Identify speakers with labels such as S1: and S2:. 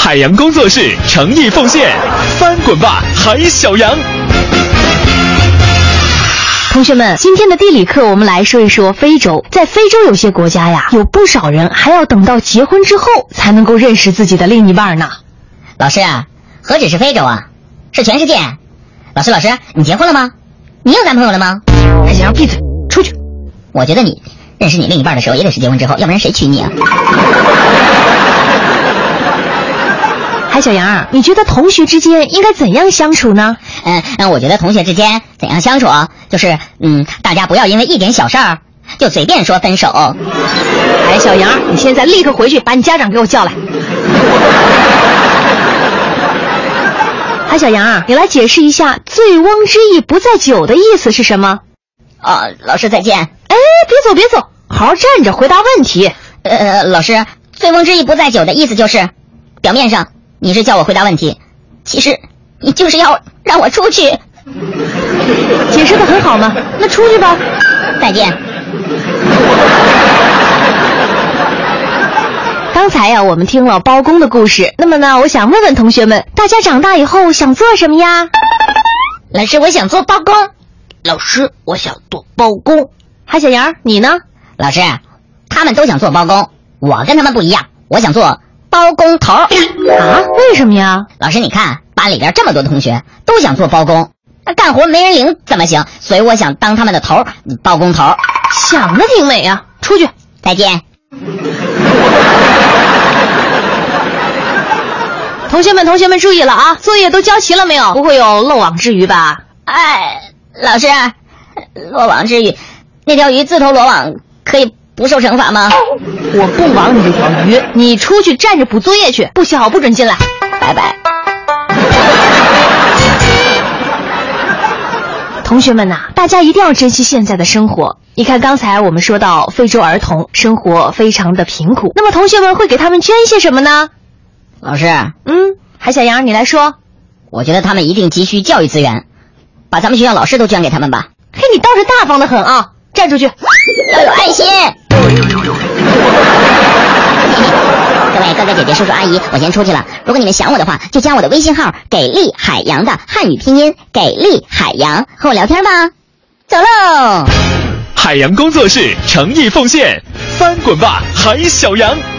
S1: 海洋工作室诚意奉献，翻滚吧，海小羊！
S2: 同学们，今天的地理课我们来说一说非洲。在非洲有些国家呀，有不少人还要等到结婚之后才能够认识自己的另一半呢。
S3: 老师啊，何止是非洲啊，是全世界。老师，老师，你结婚了吗？你有男朋友了吗？
S2: 哎，小杨闭嘴，出去！
S3: 我觉得你认识你另一半的时候也得是结婚之后，要不然谁娶你啊？
S2: 海小杨，你觉得同学之间应该怎样相处呢？
S3: 嗯，那我觉得同学之间怎样相处，啊就是嗯，大家不要因为一点小事儿就随便说分手。
S2: 海小杨，你现在立刻回去把你家长给我叫来。 海小杨，你来解释一下“醉翁之意不在酒”的意思是什么？
S3: 啊、老师再见。
S2: 哎，别走，别走，好好站着回答问题。
S3: 呃，老师，醉翁之意不在酒的意思就是，表面上你是叫我回答问题，其实你就是要让我出去。
S2: 解释的很好嘛，那出去吧。
S3: 再见。
S2: 刚才呀、我们听了包公的故事，那么呢，我想问问同学们，大家长大以后想做什么呀？
S3: 老师，我想做包公。
S4: 老师，我想做包公。
S2: 海小杨，你呢？
S3: 老师，他们都想做包公，我跟他们不一样，我想做包工头。
S2: 啊，为什么呀？
S3: 老师，你看班里边这么多同学都想做包工，那干活没人领怎么行？所以我想当他们的头儿，包工头。
S2: 想的挺美啊，出去。
S3: 再见。
S2: 同学们，同学们注意了啊，作业都交齐了没有？不会有漏网之鱼吧？
S3: 哎，老 师，落网之鱼，那条鱼自投罗网，可以不受惩罚吗？
S2: 我不网你这条鱼，你出去站着补作业去，不写好不准进来。
S3: 拜拜。
S2: 同学们呐、大家一定要珍惜现在的生活。你看，刚才我们说到非洲儿童生活非常的贫苦，那么同学们会给他们捐些什么呢？
S3: 老师，
S2: 嗯，海小杨，你来说。
S3: 我觉得他们一定急需教育资源，把咱们学校老师都捐给他们吧，
S2: 嘿，你倒是大方的很啊！站出去。
S3: 要有爱心。各位哥哥姐姐、叔叔阿姨，我先出去了。如果你们想我的话，就加我的微信号“给力海洋”的汉语拼音“给力海洋”，和我聊天吧。走喽。
S1: 海洋工作室诚意奉献，翻滚吧，海小羊！